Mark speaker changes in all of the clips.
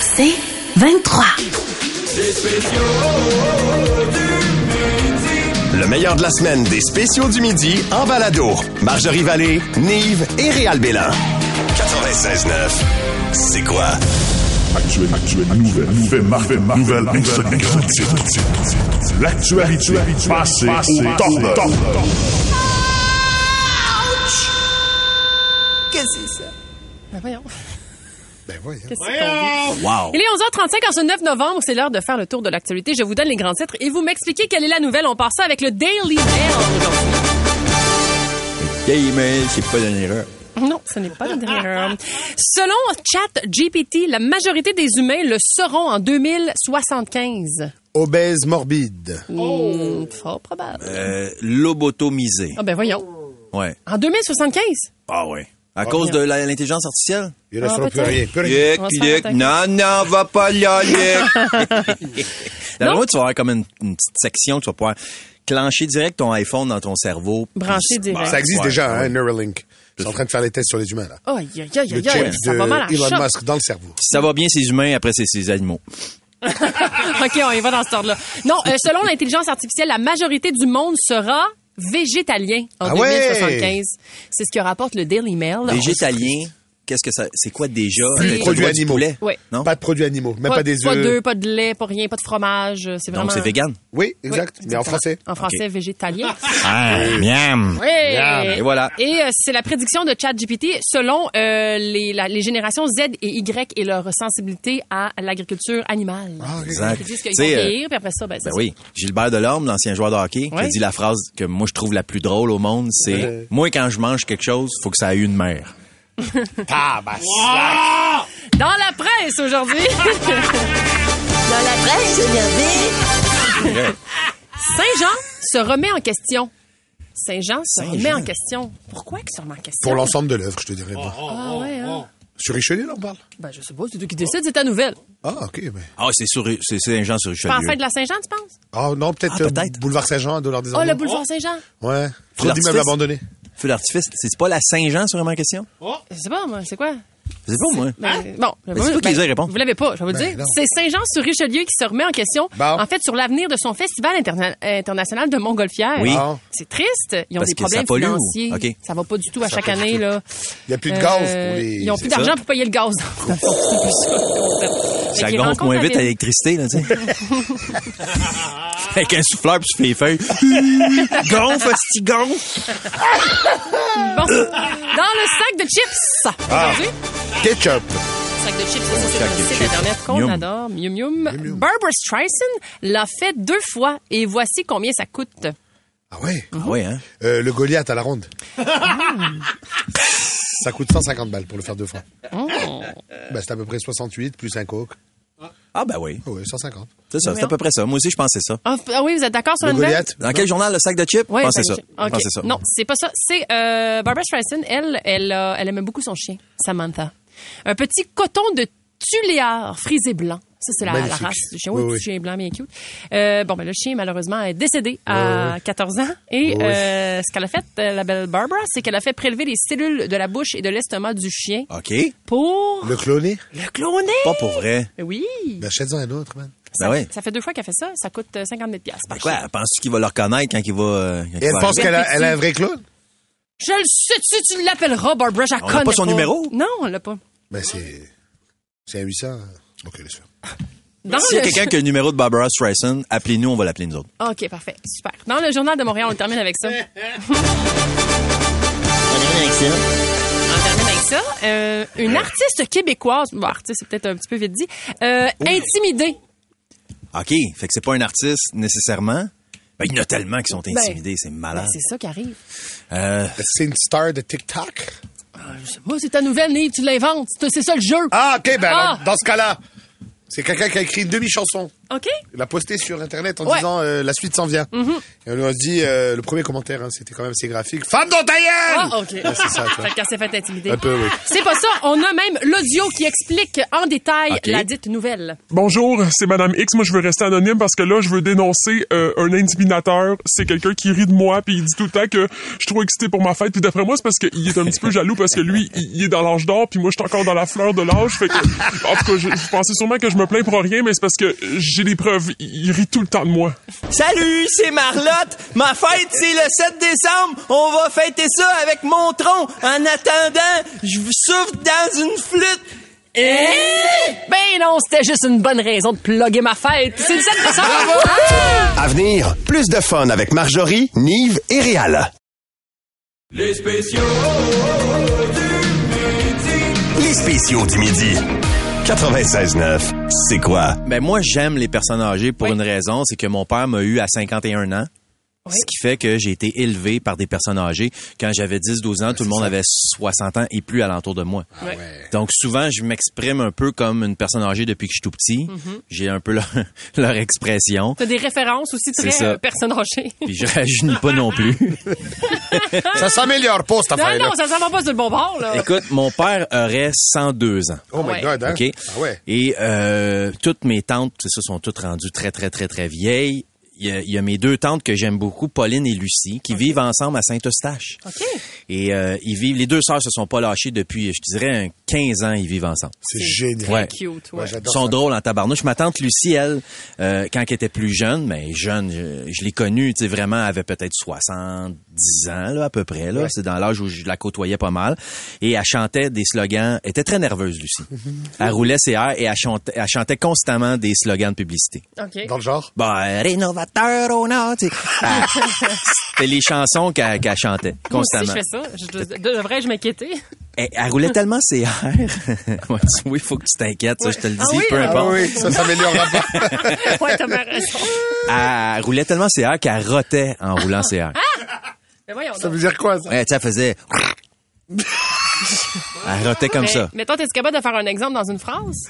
Speaker 1: C'est 23.
Speaker 2: Le meilleur de la semaine des spéciaux du midi en balado. Marjorie Vallée, Nive et Réal Bélan. 96.9, c'est quoi?
Speaker 3: Actuel, actuel, nouvelle, nouvelle, nouvelle, nouvelle, L'actualité passée au top, top.
Speaker 4: Qu'est-ce que c'est ça?
Speaker 5: Ben voyons.
Speaker 6: Ben voyons.
Speaker 5: Qu'est-ce qu'on vit?
Speaker 2: Wow!
Speaker 5: Il est 11h35 en ce 9 novembre. C'est l'heure de faire le tour de l'actualité. Je vous donne les grands titres et vous m'expliquez quelle est la nouvelle. On part ça avec le Daily Mail aujourd'hui.
Speaker 6: Gay email, c'est pas une erreur.
Speaker 5: Non, ce n'est pas le dernier. Selon ChatGPT, la majorité des humains le seront en 2075.
Speaker 6: Obèse morbide.
Speaker 5: Oh. Fort probable.
Speaker 7: Euh, lobotomisé.
Speaker 5: Ah ben voyons.
Speaker 7: Ouais.
Speaker 5: En 2075?
Speaker 7: Ah ouais. À cause de la- l'intelligence artificielle?
Speaker 6: Il ne restera
Speaker 5: Ah,
Speaker 6: plus rien. Plus rien.
Speaker 7: Yek,
Speaker 5: hein. On va se faire
Speaker 7: yek,
Speaker 5: attaquer.
Speaker 7: non, non, va pas là, yek. Dans le
Speaker 5: Non.
Speaker 7: moment, tu vas avoir comme une, une petite section, tu vas pouvoir clencher direct ton iPhone dans ton cerveau. puis-
Speaker 5: Brancher direct.
Speaker 7: Bah,
Speaker 6: Ça existe
Speaker 7: ouais,
Speaker 6: déjà,
Speaker 7: ouais.
Speaker 6: hein, Neuralink. Ils sont en train de faire les tests sur les humains, là.
Speaker 5: Oh, aïe, aïe, aïe,
Speaker 6: Le
Speaker 5: aïe, aïe,
Speaker 6: chip
Speaker 5: ça va mal à
Speaker 6: de Elon
Speaker 5: choc.
Speaker 6: Musk dans le cerveau.
Speaker 7: Si ça va bien, ces humains, après, c'est ces animaux.
Speaker 5: OK, on y va dans cet ordre-là. Non, euh, selon l'intelligence artificielle, la majorité du monde sera végétalien en
Speaker 6: Ah ouais!
Speaker 5: 2075. C'est ce que rapporte le Daily Mail.
Speaker 7: Végétalien, qu'est-ce que ça, c'est quoi déjà?
Speaker 5: C'est-
Speaker 7: T'as le
Speaker 6: Produits
Speaker 7: droit du
Speaker 6: animaux.
Speaker 7: poulet?
Speaker 5: Ouais.
Speaker 7: Non?
Speaker 6: Pas de produits animaux, même pas, des
Speaker 5: Pas d'œufs,
Speaker 6: œufs.
Speaker 5: pas de lait, pas rien, pas de fromage. euh, C'est vraiment...
Speaker 7: Donc, c'est vegan.
Speaker 6: Oui,
Speaker 5: Oui,
Speaker 6: exact. mais en
Speaker 5: exactement.
Speaker 6: français.
Speaker 5: En français, végétalien.
Speaker 7: Ah, miam.
Speaker 5: Ouais.
Speaker 7: Et voilà.
Speaker 5: Et euh, c'est la prédiction de ChatGPT selon euh, les, la- les générations Z et Y et leur sensibilité à l'agriculture animale.
Speaker 6: Ah.
Speaker 7: Exact.
Speaker 5: Ils disent qu'ils
Speaker 7: Tu sais,
Speaker 5: vont
Speaker 7: euh,
Speaker 5: vieillir, puis après ça, ben, c'est
Speaker 7: Ben
Speaker 5: ça.
Speaker 7: oui, Gilbert Delorme, l'ancien joueur de hockey, qui a
Speaker 5: Ouais.
Speaker 7: dit la phrase que moi je trouve la plus drôle au monde, c'est moi quand je mange quelque chose, faut que ça ait une mère.
Speaker 6: Ah, bah,
Speaker 5: Dans la presse aujourd'hui,
Speaker 4: Dans la presse, énervé.
Speaker 5: Saint-Jean se remet en question. Saint-Jean se remet en question. Pourquoi qu'il se remet en question?
Speaker 6: Pour l'ensemble de l'œuvre, je te dirais. moi.
Speaker 5: Ah ouais,
Speaker 6: Oh,
Speaker 5: hein?
Speaker 6: Sur Richelieu, là, on parle?
Speaker 5: Ben, je sais pas, c'est toi qui décides, c'est ta nouvelle.
Speaker 6: Ah, OK. Mais...
Speaker 7: Ah, c'est sur c'est c'est Saint-Jean sur
Speaker 5: Pas
Speaker 7: Richelieu.
Speaker 5: en fin de la Saint-Jean, tu penses?
Speaker 6: Ah, non, peut-être
Speaker 7: Ah,
Speaker 6: euh,
Speaker 7: peut-être.
Speaker 6: boulevard Saint-Jean, de l'heure des
Speaker 5: Oh, le
Speaker 6: Ormeaux.
Speaker 5: boulevard Saint-Jean?
Speaker 6: Ouais. Trop d'immeubles
Speaker 7: L'artifice.
Speaker 6: abandonnés.
Speaker 7: Feu d'artifice, c'est pas la Saint-Jean sur remet en question
Speaker 5: Je sais pas, moi, c'est quoi?
Speaker 7: Je sais pas moi.
Speaker 5: Ben, Bon,
Speaker 7: Ben, c'est toi qui les as répondu.
Speaker 5: Vous l'avez pas, je vais vous le
Speaker 6: Hein? Ben,
Speaker 5: dire.
Speaker 6: non.
Speaker 5: C'est Saint-Jean-sur-Richelieu qui se remet en question.
Speaker 6: Bon.
Speaker 5: En fait, sur l'avenir de son festival interna- international de Montgolfière.
Speaker 7: Oui.
Speaker 6: Ah.
Speaker 5: C'est triste. Ils ont
Speaker 7: Parce
Speaker 5: des
Speaker 7: que ça
Speaker 5: problèmes
Speaker 7: pollue ou-
Speaker 5: financiers.
Speaker 7: OK.
Speaker 5: Ça va pas du tout à chaque
Speaker 6: pas du
Speaker 5: année
Speaker 6: tout.
Speaker 5: là.
Speaker 6: Il n'y a plus de gaz pour les.
Speaker 5: Euh, Ils ont plus
Speaker 7: ça.
Speaker 5: d'argent pour payer le gaz.
Speaker 7: Ça
Speaker 5: Fait qu'ils
Speaker 7: gonfle
Speaker 5: rencontrent
Speaker 7: moins
Speaker 5: la
Speaker 7: vite à
Speaker 5: ville.
Speaker 7: l'électricité là, tu sais. Avec un souffleur puis tu fais les feuilles. gonfle, asti, gonfle.
Speaker 5: Bon. Dans le sac de chips. Aujourd'hui,
Speaker 6: Ketchup.
Speaker 5: sac de chips, ça, c'est
Speaker 7: sac
Speaker 5: sur
Speaker 7: de
Speaker 5: le site
Speaker 7: chips.
Speaker 5: internet qu'on
Speaker 7: Mium.
Speaker 5: adore. Mium, mium. Barbara Streisand l'a fait deux fois et voici combien ça coûte.
Speaker 6: Ah, ouais.
Speaker 5: Mhm.
Speaker 7: Ah ouais hein.
Speaker 6: Euh, le Goliath à la ronde. Ça coûte 150 balles pour le faire deux fois. Ben, c'est à peu près 68 plus un coke.
Speaker 7: Ah ben oui,
Speaker 6: Ah ouais, 150.
Speaker 7: c'est ça, c'est à peu près ça. Moi aussi je pensais ça.
Speaker 5: Ah, f- ah oui, vous êtes d'accord sur
Speaker 6: Le
Speaker 5: la nouvelle?
Speaker 6: Goliath.
Speaker 7: Dans quel journal le sac de chips
Speaker 5: Ouais,
Speaker 7: Pensez
Speaker 5: ben,
Speaker 7: ça.
Speaker 5: je- ok.
Speaker 7: Pensez ça.
Speaker 5: Non, c'est pas ça. C'est euh, Barbara Streisand, elle, elle, euh, elle aimait beaucoup son chien, Samantha. Un petit coton de tuléar frisé blanc. Ça, c'est la, la
Speaker 6: Magnifique.
Speaker 5: race du chien. Oui,
Speaker 6: Oui,
Speaker 5: le
Speaker 6: oui.
Speaker 5: petit chien blanc, bien cute. Euh, bon, ben, le chien, malheureusement, est décédé à 14 ans.
Speaker 6: Oui.
Speaker 5: Et euh, ce qu'elle a fait, euh, la belle Barbara, c'est qu'elle a fait prélever les cellules de la bouche et de l'estomac du chien
Speaker 7: OK,
Speaker 5: pour
Speaker 6: Le cloné?
Speaker 5: le cloner.
Speaker 7: pas pour vrai.
Speaker 5: Oui.
Speaker 6: Ben, achète-en un autre, man.
Speaker 7: Ben ouais.
Speaker 5: Ça fait deux fois qu'elle fait ça. Ça coûte euh, 50 000 piastres par
Speaker 7: Ben Quoi,
Speaker 5: chien.
Speaker 7: penses-tu qu'il va le reconnaître quand il va... euh, quand il
Speaker 6: Et elle
Speaker 7: va
Speaker 6: pense
Speaker 7: arriver?
Speaker 6: qu'elle a, elle a un vrai clone?
Speaker 5: Je le sais, tu, tu l'appelleras, Barbara, je la
Speaker 7: On a
Speaker 5: connais
Speaker 7: pas son numéro?
Speaker 5: Non, on l'a pas.
Speaker 6: Ben, c'est. C'est à 800. Ok, laisse faire.
Speaker 5: Dans
Speaker 7: S'il y a
Speaker 5: le- Ah,
Speaker 7: quelqu'un qui a le numéro de Barbara Streisand, appelez-nous, on va l'appeler nous autres.
Speaker 5: OK, parfait. Super. Dans le journal de Montréal, on termine avec ça. on termine avec ça. Euh, une artiste québécoise, bon, artiste, c'est peut-être un petit peu vite dit, euh, intimidée.
Speaker 7: OK, fait que c'est pas un artiste nécessairement. Ben, il y en a tellement qui sont intimidés, c'est
Speaker 5: Ben,
Speaker 7: malade.
Speaker 5: c'est ça qui arrive.
Speaker 7: Euh,
Speaker 6: C'est une star de TikTok?
Speaker 5: Ah, Je sais pas, c'est ta nouvelle, Nive, tu l'inventes. C'est c'est ça le jeu.
Speaker 6: Ah, ok, ben,
Speaker 5: Ah.
Speaker 6: dans ce cas-là, c'est quelqu'un qui a écrit une demi-chanson.
Speaker 5: OK?
Speaker 6: Il l'a posté sur Internet en
Speaker 5: Ouais.
Speaker 6: disant euh, la suite s'en vient. Et on lui a dit, euh, le premier commentaire, hein, c'était quand même assez graphique. Femme dans ta gueule
Speaker 5: Ah, OK.
Speaker 6: Ouais, c'est ça, tu vois.
Speaker 5: Fait qu'elle s'est fait intimider.
Speaker 6: Un peu, oui.
Speaker 5: C'est pas ça. On a même l'audio qui explique en détail
Speaker 7: OK.
Speaker 5: la dite nouvelle.
Speaker 8: Bonjour, c'est Madame X. Moi, je veux rester anonyme parce que là, je veux dénoncer euh, un intimidateur. C'est quelqu'un qui rit de moi, puis il dit tout le temps que je suis trop excité pour ma fête. Puis d'après moi, c'est parce qu'il est un petit peu jaloux parce que lui, il, il est dans l'âge d'or, puis moi, je suis encore dans la fleur de l'âge. Fait que, en tout cas, je, je pensais sûrement que je me plains pour rien, mais c'est parce que j'ai des preuves. Il, il rit tout le temps de moi.
Speaker 9: Salut, c'est Marlotte. Ma fête, c'est le 7 décembre. On va fêter ça avec mon tronc. En attendant, je vous souffle dans une flûte.
Speaker 5: Ben non, c'était juste une bonne raison de plugger ma fête. C'est le 7 décembre.
Speaker 2: À venir, plus de fun avec Marjorie, Nive et Réal.
Speaker 9: Les spéciaux.
Speaker 2: Les spéciaux du midi. 96.9, c'est quoi?
Speaker 7: Ben moi, j'aime les personnes âgées pour une raison, c'est que mon père m'a eu à 51 ans. Ce qui fait que j'ai été élevé par des personnes âgées. Quand j'avais 10-12 ans, tout le monde avait 60 ans et plus alentour de moi.
Speaker 5: Ouais.
Speaker 7: Donc souvent, je m'exprime un peu comme une personne âgée depuis que je suis tout petit. J'ai un peu leur, leur expression.
Speaker 5: T'as des références aussi
Speaker 7: C'est
Speaker 5: très
Speaker 7: ça.
Speaker 5: euh, personnes âgées.
Speaker 7: Puis je rajeunis pas non plus.
Speaker 6: Ça s'améliore pas, cette
Speaker 5: Non,
Speaker 6: affaire-là.
Speaker 5: non, ça s'en va pas sur le bon bord, là.
Speaker 7: Écoute, mon père aurait 102 ans.
Speaker 6: Oh my
Speaker 5: Ouais.
Speaker 6: God, hein?
Speaker 7: OK?
Speaker 6: Ah ouais.
Speaker 7: Et euh, toutes mes tantes, c'est ça, sont toutes rendues très, très, très, très vieilles. Il y, a, il y a mes deux tantes que j'aime beaucoup, Pauline et Lucie, qui vivent ensemble à Saint-Eustache.
Speaker 5: OK.
Speaker 7: Et euh, ils vivent, les deux sœurs se sont pas lâchées depuis, je dirais, un 15 ans, ils vivent ensemble.
Speaker 6: C'est génial.
Speaker 7: Ouais.
Speaker 5: Cute, ouais.
Speaker 6: Ouais,
Speaker 7: Ils
Speaker 6: j'adore
Speaker 7: sont
Speaker 6: ça.
Speaker 7: drôles en tabarnouche. Ma tante Lucie, elle, euh, quand elle était plus jeune, mais jeune, je, je l'ai connue, tu sais, vraiment, elle avait peut-être 70 ans, là, à peu près, là. C'est dans l'âge où je la côtoyais pas mal. Et elle chantait des slogans, elle était très nerveuse, Lucie. elle roulait ses airs et elle chantait, elle chantait constamment des slogans de publicité.
Speaker 5: OK.
Speaker 6: Dans le genre.
Speaker 7: Bah, rénovateur au nord, tu sais. Ah, C'était les chansons qu'elle qu'elle chantait,
Speaker 5: Moi aussi,
Speaker 7: constamment.
Speaker 5: je fais ça. Je, de- de- devrais-je m'inquiéter?
Speaker 7: Elle, elle roulait tellement ses airs. Moi, tu- oui, faut que tu t'inquiètes, ça, je te le dis,
Speaker 5: Ah oui,
Speaker 7: peu
Speaker 5: ah
Speaker 7: importe.
Speaker 6: Ah oui, ça s'améliorera pas.
Speaker 5: ouais, t'as bien raison.
Speaker 7: elle roulait tellement ses airs qu'elle rotait en roulant ses airs.
Speaker 5: Mais voyons
Speaker 6: Ça
Speaker 5: donc.
Speaker 6: veut dire quoi, ça?
Speaker 7: Ouais, tu sais, elle faisait... elle rotait comme
Speaker 5: Mais, euh,
Speaker 7: ça.
Speaker 5: mais toi, t'es capable de faire un exemple dans une phrase?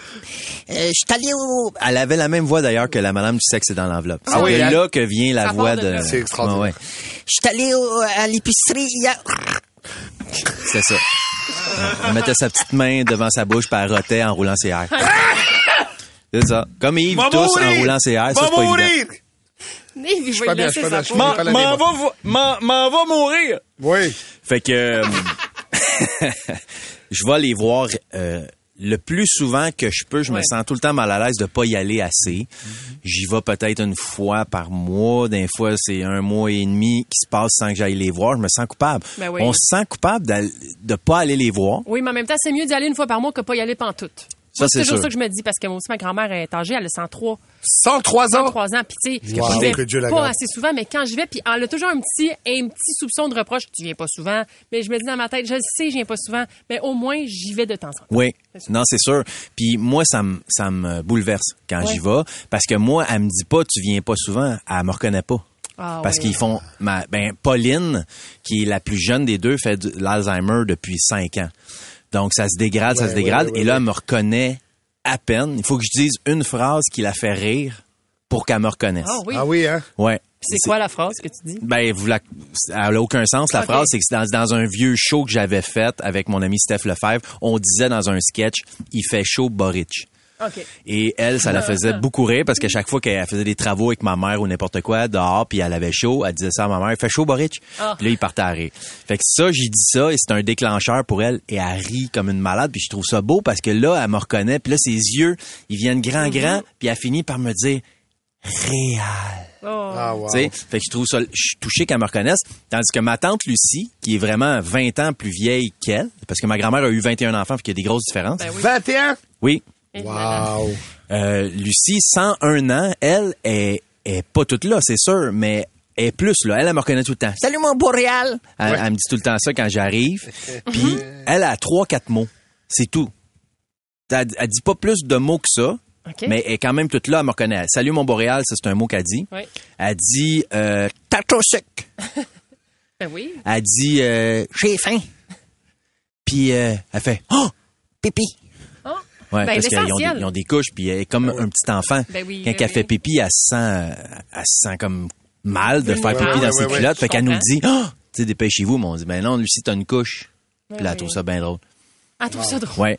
Speaker 7: Euh, je suis allé au- Elle avait la même voix d'ailleurs que la madame du sexe est dans l'enveloppe. C'est
Speaker 6: Ah oui,
Speaker 7: de
Speaker 6: elle-
Speaker 7: là que vient la
Speaker 5: Ça
Speaker 7: voix
Speaker 5: part de
Speaker 7: de...
Speaker 5: là.
Speaker 6: C'est extraordinaire.
Speaker 7: Ouais, ouais.
Speaker 9: Je suis allé au- à l'épicerie hier.
Speaker 7: C'est ça. Elle mettait sa petite main devant sa bouche puis elle rotait en roulant ses airs. C'est ça. Comme Yves
Speaker 9: Va
Speaker 7: tous en
Speaker 9: mourir!
Speaker 7: roulant ses airs, ça
Speaker 9: Va
Speaker 7: c'est pas évident.
Speaker 9: mourir!
Speaker 5: Je suis
Speaker 6: pas bien, je suis pas bien, je suis
Speaker 9: M'en
Speaker 6: pas
Speaker 9: m'en va, vo- m'en- m'en va mourir!
Speaker 6: Oui.
Speaker 7: Fait que euh, je vais les voir euh, le plus souvent que je peux. Je me
Speaker 5: Ouais. Mm-hmm.
Speaker 7: sens tout le temps mal à l'aise de pas y aller assez. J'y vais peut-être une fois par mois. D'un fois, c'est un mois et demi qui se passe sans que j'aille les voir. Je me sens coupable.
Speaker 5: Ben oui.
Speaker 7: On se sent coupable d'aller- de pas aller les voir.
Speaker 5: Oui, mais en même temps, c'est mieux d'y aller une fois par mois que pas y aller pantoute.
Speaker 7: Ça,
Speaker 5: Moi,
Speaker 7: c'est
Speaker 5: toujours
Speaker 7: sûr.
Speaker 5: ça que je me dis parce que moi aussi, ma grand-mère est âgée, elle a 103,
Speaker 6: 103 ans.
Speaker 5: 103 ans. Puis, tu sais,
Speaker 6: Wow.
Speaker 5: j'y
Speaker 6: Que Dieu
Speaker 5: vais
Speaker 6: la
Speaker 5: pas
Speaker 6: garde.
Speaker 5: assez souvent, mais quand je vais, puis elle a toujours un petit, un petit soupçon de reproche. Tu viens pas souvent, mais je me dis dans ma tête, je le sais, je viens pas souvent, mais au moins, j'y vais de temps en temps.
Speaker 7: Oui, non, c'est sûr. Puis moi, ça me ça me bouleverse quand
Speaker 5: Ouais.
Speaker 7: j'y vais, parce que moi, elle me dit pas, tu viens pas souvent, elle me reconnaît pas.
Speaker 5: Ah,
Speaker 7: parce
Speaker 5: ouais.
Speaker 7: qu'ils font, ma, ben Pauline, qui est la plus jeune des deux, fait de l'Alzheimer depuis cinq ans. Donc ça se dégrade, ça se dégrade, et là, elle me reconnaît à peine. Il faut que je dise une phrase qui la fait rire pour qu'elle me reconnaisse.
Speaker 5: Ah oui.
Speaker 6: Ah oui, hein?
Speaker 7: Ouais.
Speaker 5: C'est quoi la phrase que tu dis?
Speaker 7: Ben, vous la- elle a aucun sens. La
Speaker 5: Ok.
Speaker 7: phrase, c'est que c'est dans, dans un vieux show que j'avais fait avec mon ami Steph Lefebvre, on disait dans un sketch, il fait chaud Boric.
Speaker 5: OK.
Speaker 7: Et elle, ça la faisait beaucoup rire parce qu'à chaque fois qu'elle faisait des travaux avec ma mère ou n'importe quoi dehors, puis elle avait chaud, elle disait ça à ma mère, il fait chaud Boric.
Speaker 5: Ah.
Speaker 7: Puis là, il partait à rire. Fait que ça, j'ai dit ça et c'est un déclencheur pour elle et elle rit comme une malade puis je trouve ça beau parce que là, elle me reconnaît puis là, ses yeux, ils viennent
Speaker 5: Mhm.
Speaker 7: grand, grand puis elle finit par me dire, réel.
Speaker 5: Oh.
Speaker 6: Ah, wow.
Speaker 7: Tu sais, Fait que je trouve ça, je suis touché qu'elle me reconnaisse. Tandis que ma tante Lucie, qui est vraiment 20 ans plus vieille qu'elle, parce que ma grand-mère a eu 21 enfants, fait qu'il y a des grosses différences.
Speaker 5: Ben oui.
Speaker 6: 21?
Speaker 7: Oui.
Speaker 5: Eh, madame.
Speaker 6: Wow.
Speaker 7: Euh, Lucie, 101 ans, elle est, est pas toute là, c'est sûr, mais elle est plus là. Elle, elle me reconnaît tout le temps. Salut mon boréal! Elle, elle me dit tout le temps ça quand j'arrive. Puis elle a trois, quatre mots. C'est tout. Elle, elle dit pas plus de mots que ça.
Speaker 5: OK.
Speaker 7: Mais elle est quand même toute là, elle me reconnaît. Salut mon boréal, ça c'est un mot qu'elle dit.
Speaker 5: Oui.
Speaker 7: Elle dit euh, Tato sec.
Speaker 5: Ben oui.
Speaker 7: Elle dit euh, J'ai faim. Puis euh, elle fait Oh! Pipi! Ouais,
Speaker 5: Ben,
Speaker 7: parce qu'ils ont,
Speaker 5: l'essentiel.
Speaker 7: des- ils ont des couches, puis elle est comme un petit enfant.
Speaker 5: Ben oui,
Speaker 7: Quand
Speaker 5: ben
Speaker 7: elle
Speaker 5: oui.
Speaker 7: fait pipi, elle se sent, euh, elle se sent comme mal de
Speaker 5: Oui,
Speaker 7: faire
Speaker 5: oui,
Speaker 7: pipi
Speaker 5: oui,
Speaker 7: dans
Speaker 5: oui,
Speaker 7: ses
Speaker 5: oui, oui.
Speaker 7: culottes. Fait
Speaker 5: Je
Speaker 7: qu'elle nous
Speaker 5: comprends.
Speaker 7: dit, Ah! tu sais, dépêchez-vous. Mais on dit, ben non, Lucie, t'as une couche. Puis là, elle trouve ça bien drôle.
Speaker 5: Ah, trouve ça drôle.
Speaker 7: Ouais.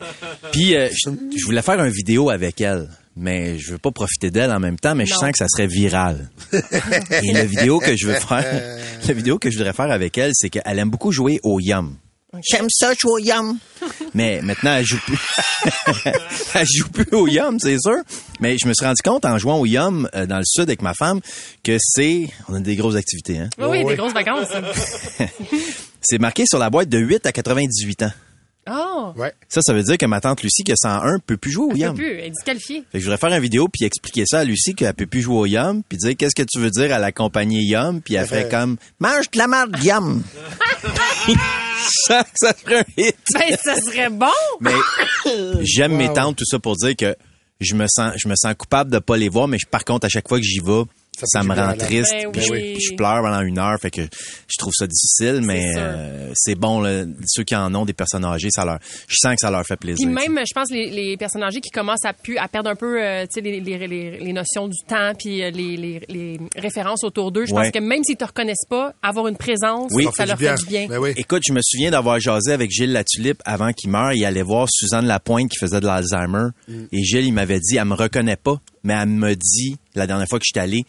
Speaker 7: Puis euh, je, je voulais faire une vidéo avec elle, mais je veux pas profiter d'elle en même temps, mais je
Speaker 5: Non.
Speaker 7: sens que ça serait viral. Et la vidéo que je veux faire, la vidéo que je voudrais faire avec elle, c'est qu'elle aime beaucoup jouer au yum.
Speaker 9: J'aime ça, je au yum.
Speaker 7: Mais maintenant, elle joue plus. elle joue plus au yum, c'est sûr. Mais je me suis rendu compte en jouant au yum euh, dans le sud avec ma femme que c'est, on a des grosses activités, hein.
Speaker 5: Oui, oui, des grosses vacances.
Speaker 7: C'est marqué sur la boîte de 8 à 98 ans.
Speaker 5: Oh! Ouais.
Speaker 7: Ça, ça veut dire que ma tante Lucie qui a 101 peut plus jouer au
Speaker 5: Elle peut
Speaker 7: yum.
Speaker 5: plus, elle est disqualifiée.
Speaker 7: Fait que je voudrais faire une vidéo puis expliquer ça à Lucie qu'elle peut plus jouer au Yum puis dire qu'est-ce que tu veux dire à la compagnie Yum puis elle ferait comme mange de la merde Yum. ça, ça ferait un hit.
Speaker 5: Ben, ça serait bon!
Speaker 7: Mais j'aime mes tantes tout ça pour dire que je me sens je me sens coupable de pas les voir mais je, par contre à chaque fois que j'y vais ça, me
Speaker 6: du bien
Speaker 7: rend
Speaker 6: à l'âme.
Speaker 7: triste
Speaker 5: Ben
Speaker 7: puis je-
Speaker 5: oui.
Speaker 7: puis je, pleure pendant une heure fait que je trouve ça difficile mais
Speaker 5: sûr.
Speaker 7: euh, c'est bon là, ceux qui en ont des personnes âgées ça leur je sens que ça leur fait
Speaker 5: Puis
Speaker 7: plaisir.
Speaker 5: même, je pense, les, les personnes âgées qui commencent à, pu, à perdre un peu euh, tu sais, les, les, les, les notions du temps puis euh, les, les, les références autour d'eux, je
Speaker 7: Ouais.
Speaker 5: pense que même s'ils te reconnaissent pas, avoir une présence, ça leur fait du bien.
Speaker 6: Ben
Speaker 7: Écoute, je me souviens d'avoir jasé avec Gilles Latulippe avant qu'il meure. Il allait voir Suzanne Lapointe qui faisait de l'Alzheimer.
Speaker 6: Mm.
Speaker 7: Et Gilles, il m'avait dit, elle me reconnaît pas, mais elle me dit, la dernière fois que j'étais allé,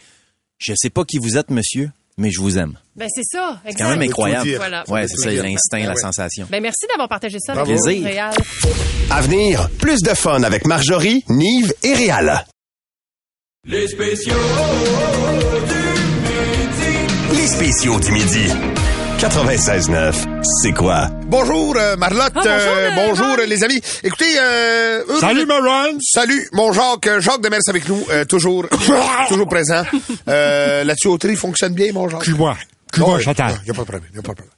Speaker 7: je sais pas qui vous êtes, monsieur, mais je vous aime.
Speaker 5: Ben, c'est ça,
Speaker 7: C'est
Speaker 5: exact.
Speaker 7: quand même incroyable.
Speaker 5: Voilà.
Speaker 7: Ouais, c'est ça, l'instinct, la
Speaker 5: Ben, ouais.
Speaker 7: sensation.
Speaker 5: Ben, merci d'avoir partagé ça
Speaker 7: Bravo.
Speaker 5: avec nous,
Speaker 7: Plaisir.
Speaker 5: Réal.
Speaker 2: À venir, plus de fun avec Marjorie, Nive et Réal.
Speaker 9: Les spéciaux.
Speaker 2: Les spéciaux du midi. 96.9, c'est quoi?
Speaker 6: Bonjour euh, Marlotte, Euh, bonjour, euh, les amis. Écoutez, euh,
Speaker 2: Salut,
Speaker 6: Marlon. Salut mon Jacques, Euh, Jacques Demers avec nous euh, toujours, toujours présent. Euh, la tuyauterie fonctionne bien mon Jacques.
Speaker 10: Excuse-moi.
Speaker 6: Excuse-moi,
Speaker 10: j'attends.
Speaker 6: Il y a pas de problème, y a pas de problème.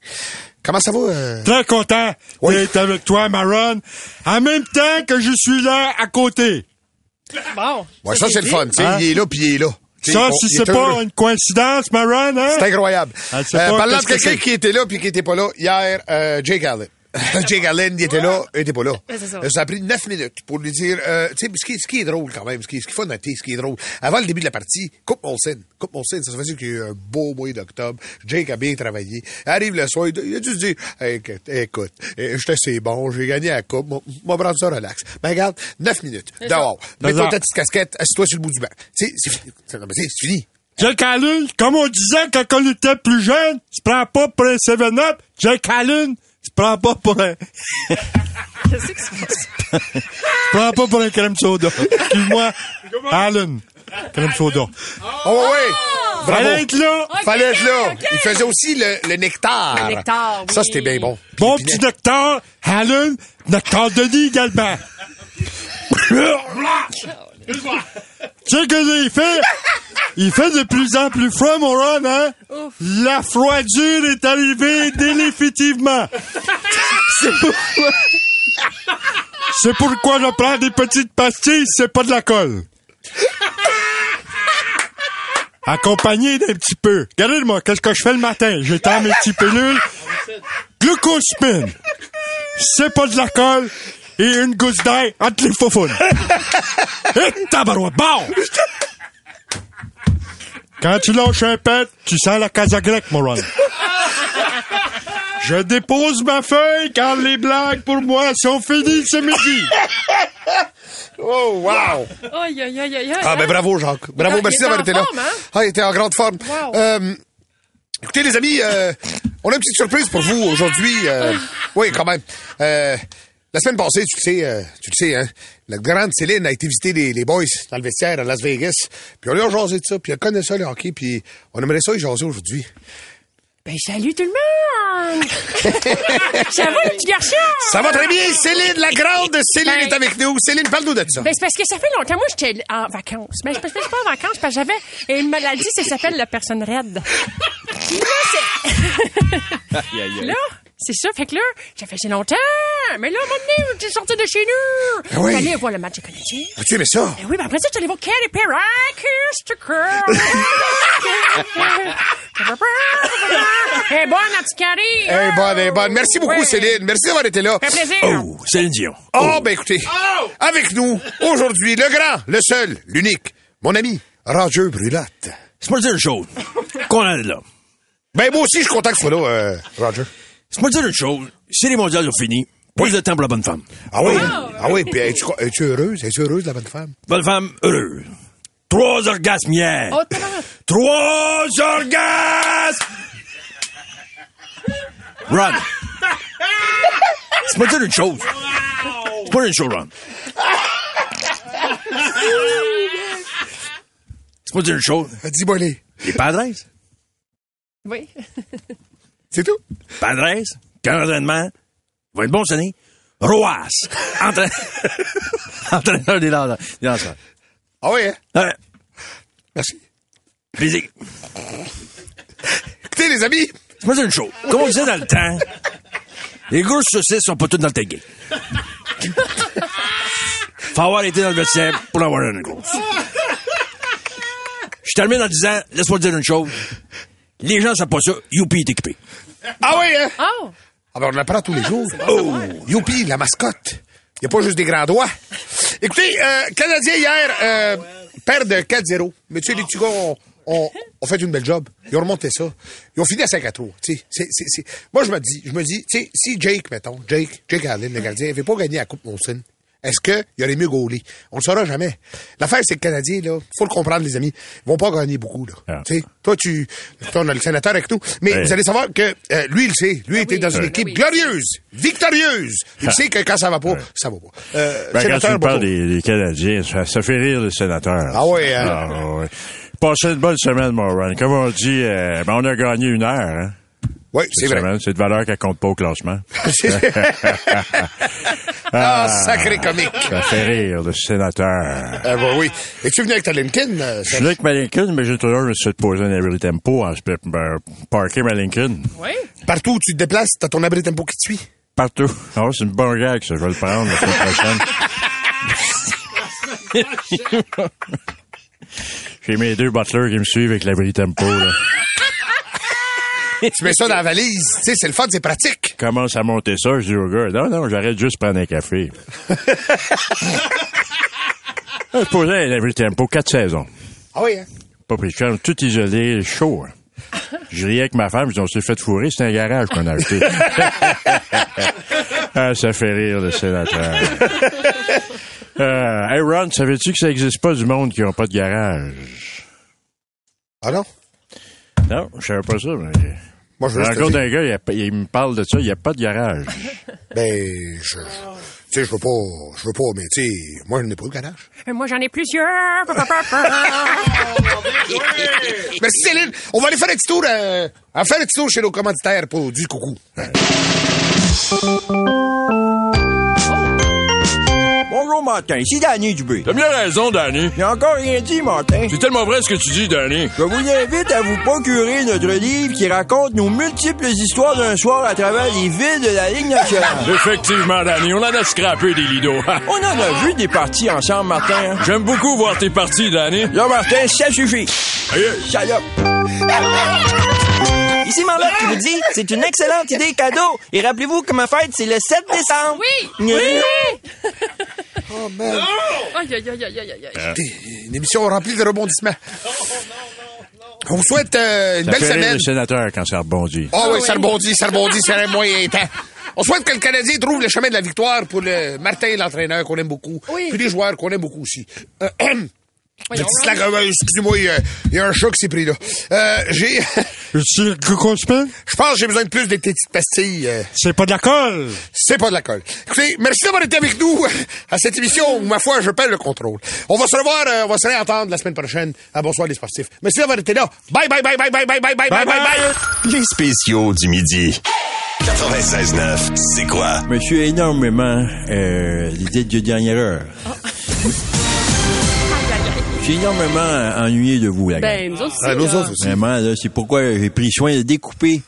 Speaker 6: Comment ça va? euh?
Speaker 10: Très content d'être avec toi, Maron. En même temps que je suis là à côté.
Speaker 5: Bon.
Speaker 6: Ouais, ça c'est le fun, tu sais,
Speaker 10: Hein?
Speaker 6: il est là puis il est là. Tu sais,
Speaker 10: Ça,
Speaker 6: on-
Speaker 10: si
Speaker 6: il
Speaker 10: c'est
Speaker 6: est
Speaker 10: pas
Speaker 6: heureux.
Speaker 10: une coïncidence, Maron, hein?
Speaker 6: C'est incroyable.
Speaker 10: Elle sait
Speaker 6: Euh,
Speaker 10: pas
Speaker 6: parlant de
Speaker 10: qu'est-ce que
Speaker 6: quelqu'un
Speaker 10: c'est.
Speaker 6: qui était là puis qui était pas là hier, euh, Jake Allen. Jake Allen, il était là, il était pas là.
Speaker 10: Ouais, c'est ça.
Speaker 6: Euh, a pris neuf minutes pour lui dire, euh, tu sais, ce qui, ce qui est drôle quand même, ce qui, ce qu'il faut noter, ce qui est drôle. Avant le début de la partie, coupe mon scène, coupe mon scène, ça se fait qu'il y a eu un beau mois d'octobre. Jake a bien travaillé. Arrive le soir, il a dû se dire, écoute, écoute, euh, j'étais assez bon, j'ai gagné la coupe, moi, moi, prendre ça relax. Mais regarde, neuf minutes,
Speaker 10: C'est ça.
Speaker 6: dehors, mets
Speaker 10: Dehors.
Speaker 6: ta petite casquette, assieds-toi sur le bout du banc. Tu sais, c'est fini. C'est non, mais c'est- c'est fini.
Speaker 10: Jack Allen, comme on disait quand on était plus jeune, tu prends pas pour un 7-Up. Jack Allen, tu prends pas pour un...
Speaker 5: Qu'est-ce que c'est?
Speaker 10: tu prends pas pour un crème soda. Excuse-moi, Allen, crème soda.
Speaker 6: Oh oui! Bravo.
Speaker 10: Fallait être là!
Speaker 6: Fallait être là! Il faisait aussi le, le nectar.
Speaker 10: Le nectar,
Speaker 6: Ça,
Speaker 10: oui.
Speaker 6: c'était bien bon.
Speaker 10: Bon petit docteur, Allen, docteur Denis également. Tu sais que il fait, il fait de plus en plus froid, mon Ron, hein? La froidure est arrivée définitivement. C'est pourquoi, c'est pourquoi je prends des petites pastilles, c'est pas de la colle. Accompagné d'un petit peu. Regardez-moi, qu'est-ce que je fais le matin? J'étends mes petites pilules. Glucospin. C'est pas de la colle. Et une gousse d'ail entre les faufounes. Et tabarouette. Bon! Quand tu lâches un pet, tu sens la casa grecque, mon Ron. Je dépose ma feuille car les blagues pour moi sont finies ce midi.
Speaker 6: Oh, wow!
Speaker 5: Aïe, aïe, aïe, aïe, aïe.
Speaker 6: Ah, ben bravo, Jacques. Bravo,
Speaker 5: Hein? Il
Speaker 6: merci
Speaker 5: était
Speaker 6: d'avoir
Speaker 5: en
Speaker 6: été là.
Speaker 5: forme, hein?
Speaker 6: Ah, il était en grande forme.
Speaker 5: Wow.
Speaker 6: Euh, écoutez, les amis, euh, on a une petite surprise pour vous aujourd'hui. euh, oui, quand même. Euh, la semaine passée, tu le sais, euh, tu le sais, hein, la grande Céline a été visiter les, les boys dans le vestiaire à Las Vegas. Puis on lui a jasé de ça, puis elle connaît ça, le hockey, puis on aimerait ça y jaser aujourd'hui.
Speaker 5: Ben, salut tout le monde! ça va, le petit garçon?
Speaker 6: Ça va très bien, Céline, la grande Céline est avec nous. Céline, parle-nous de ça.
Speaker 5: Ben, c'est parce que ça fait longtemps. Moi, j'étais en vacances. Ben, je ne pas en vacances parce que j'avais une maladie, ça s'appelle la personne raide. Puis là, c'est- Puis là, c'est ça. Fait que là, ça faisait longtemps. Mais là, à un moment donné, j'étais sorti de chez nous.
Speaker 6: Ben oui.
Speaker 5: J'allais voir le match des Canadiens.
Speaker 6: As-tu aimé ça?
Speaker 5: Ben oui, ben après ça, j'allais voir Katy Perry. Kiss the girl. Eh bonne, la petite Carrie!
Speaker 6: Eh, bonne, eh, bonne. Merci beaucoup,
Speaker 5: Ouais.
Speaker 6: Céline. Merci d'avoir été là.
Speaker 5: Fait plaisir.
Speaker 6: Oh,
Speaker 7: Céline Dion.
Speaker 6: Oh, ben écoutez, avec nous, aujourd'hui, le grand, le seul, l'unique, mon ami, Roger Brulotte.
Speaker 7: C'est pas dire une chose. Qu'on en est là.
Speaker 6: Ben, moi aussi, je suis content que tu sois là, euh, Roger.
Speaker 7: C'est pas dire une chose. Si les mondiales ont fini, plus de temps pour la bonne femme.
Speaker 6: Ah oui? Ah oui, puis es-tu, es-tu heureuse? Es-tu heureuse, la bonne femme?
Speaker 7: Bonne femme heureuse. Trois orgasmes hier.
Speaker 5: Oh, tabarnak.
Speaker 7: Trois orgasmes! Ron. C'est pas dire une chose. C'est pas une chose, Ron. C'est pas dire une chose.
Speaker 6: Dis-moi les.
Speaker 7: Les padres.
Speaker 5: Oui.
Speaker 6: C'est tout.
Speaker 7: Padres, camp d'entraînement, va être bon cette année. Roas, entra- entraîneur des lan- des lanceurs.
Speaker 6: Ah oui, hein?
Speaker 7: Ouais.
Speaker 6: Merci.
Speaker 7: Plaisir.
Speaker 6: Écoutez, les amis.
Speaker 7: C'est pas une chose. Comme on disait dans le temps, les grosses saucisses sont pas toutes dans le taguet. Faut avoir été dans le vestiaire pour en avoir une grosse. Je termine en disant, laisse-moi te dire une chose. Les gens savent pas ça. Youpi est équipé.
Speaker 6: Ah oui, hein?
Speaker 5: Oh!
Speaker 6: Ah ben, on l'apprend tous les jours. Oh! Youpi, la mascotte. Il n'y a pas juste des grands doigts. Écoutez, euh, Canadien hier, euh, perd de 4-0. Mais tu sais, les petits gars ont, ont- ont fait une belle job. Ils ont remonté ça. Ils ont fini à 5 à 3. Tu sais, c'est- c'est- c'est- Moi, je me dis, je me dis, tu sais, si Jake, mettons, Jake, Jake Allen, le gardien, n'avait pas gagné la Coupe Monson, est-ce qu'il aurait mieux gaulé? On ne le saura jamais. L'affaire, c'est que le Canadien, là, faut le comprendre, les amis, ils vont pas gagner beaucoup, là. Tu sais, toi, tu, toi, on a le sénateur avec nous, mais
Speaker 11: Ouais.
Speaker 6: vous allez savoir que, euh, lui, il le sait. Lui, il était dans une
Speaker 11: Ouais.
Speaker 6: équipe glorieuse, victorieuse. Il sait que quand ça va pas, ça va pas. Euh,
Speaker 11: Ben, quand tu
Speaker 6: sénateur,
Speaker 11: me parles
Speaker 6: Bobo.
Speaker 11: des, des Canadiens, ça, ça fait rire le sénateur.
Speaker 6: Ah ouais, hein?
Speaker 11: Ah ouais. Passez une bonne semaine, Moran. Comme on dit, euh, ben, on a gagné une heure. Hein?
Speaker 6: Oui,
Speaker 11: c'est vrai. C'est de valeur qu'elle compte pas au classement.
Speaker 6: Ah, sacré comique.
Speaker 11: Ça fait rire le sénateur.
Speaker 6: Ah, bah oui. Et tu es venu avec ta Lincoln? euh,
Speaker 11: Je suis là avec ma Lincoln, mais j'ai toujours me suis posé un abri tempo en ben, parker ma Lincoln.
Speaker 5: Oui.
Speaker 6: Partout où tu te déplaces, t'as ton abri tempo qui te suit.
Speaker 11: Partout. Oh, c'est une bonne gag, ça. Je vais le prendre la semaine prochaine. J'ai mes deux butlers qui me suivent avec l'abri tempo. Là.
Speaker 6: tu mets ça dans la valise. Tu sais, c'est le fun, c'est pratique.
Speaker 11: Je commence à monter ça, je dis au gars, non, non, j'arrête juste de prendre un café. Ah, je posais l'abri tempo quatre saisons.
Speaker 6: Ah oui, hein?
Speaker 11: Pas pris de chance, tout isolé, chaud. hein. Je riais avec ma femme, je dis, on s'est fait fourrer, c'est un garage qu'on a acheté. ah, ça fait rire le sénateur. Euh, hey Ron, savais-tu que ça n'existe pas du monde qui n'a pas de garage?
Speaker 6: Ah non?
Speaker 11: Non, je savais pas ça. Mais...
Speaker 6: Moi, je veux juste te
Speaker 11: Encore
Speaker 6: dire-
Speaker 11: d'un gars, il, a pas- il me parle de ça, il n'y a pas de garage.
Speaker 6: Ben, je, tu sais, je veux pas, je veux pas, mais tu sais, moi, je n'ai pas de ganache.
Speaker 5: Euh, Moi, j'en ai plusieurs. Pa, pa, pa, pa.
Speaker 6: Merci, Céline. On va aller faire un petit tour, euh, à faire un petit tour chez nos commanditaires pour du coucou.
Speaker 11: Ah,
Speaker 12: Bonjour, Martin. Ici Danny Dubé. T'as bien raison, Danny. J'ai encore rien dit, Martin.
Speaker 13: C'est tellement vrai ce que tu dis, Danny.
Speaker 12: Je vous invite à vous procurer notre livre qui raconte nos multiples histoires d'un soir à travers les villes de la Ligue nationale.
Speaker 13: Effectivement, Danny, on en a scrappé des lidos.
Speaker 12: On en a vu des parties ensemble, Martin. hein.
Speaker 13: J'aime beaucoup voir tes parties, Danny.
Speaker 12: Là, Martin, ça suffit. Salope. Ici Marlotte qui vous dit, c'est une excellente idée cadeau. Et rappelez-vous que ma fête, c'est le 7 décembre.
Speaker 5: Oui!
Speaker 6: Oh, man.
Speaker 5: Aïe, aïe, aïe, aïe, aïe, aïe.
Speaker 6: Écoutez, une émission remplie de rebondissements. On vous souhaite euh, une
Speaker 11: Ça
Speaker 6: belle
Speaker 11: fait rire
Speaker 6: semaine.
Speaker 11: le sénateur quand ça rebondit.
Speaker 6: Ah oui, ça rebondit, ça rebondit, c'est un moyen temps. On souhaite que le Canadien trouve le chemin de la victoire pour le Martin, l'entraîneur qu'on aime beaucoup, puis les joueurs qu'on aime beaucoup aussi. Euh, Petite slack, euh, excusez-moi, il y a- il y, a un chat qui s'est pris là. Euh, j'ai... Je pense que j'ai besoin de plus de tes petites pastilles. euh,
Speaker 10: C'est pas de la colle.
Speaker 6: C'est pas de la colle. Écoutez, merci d'avoir été avec nous euh, à cette émission où, ma foi, je perds le contrôle. On va se revoir, euh, on va se réentendre la semaine prochaine à Bonsoir les sportifs. Merci d'avoir été là. Bye, bye, bye, bye, bye, bye, bye, bye, bye, bye, bye.
Speaker 2: Les spéciaux du midi. 96.9, c'est quoi?
Speaker 12: Je me suis énormément euh, l'idée de dernière heure. Je suis énormément ennuyé de vous, la
Speaker 14: Ben,
Speaker 12: gang.
Speaker 14: nous autres aussi, Ah, nous là. autres aussi.
Speaker 12: Vraiment, là, c'est pourquoi j'ai pris soin de découper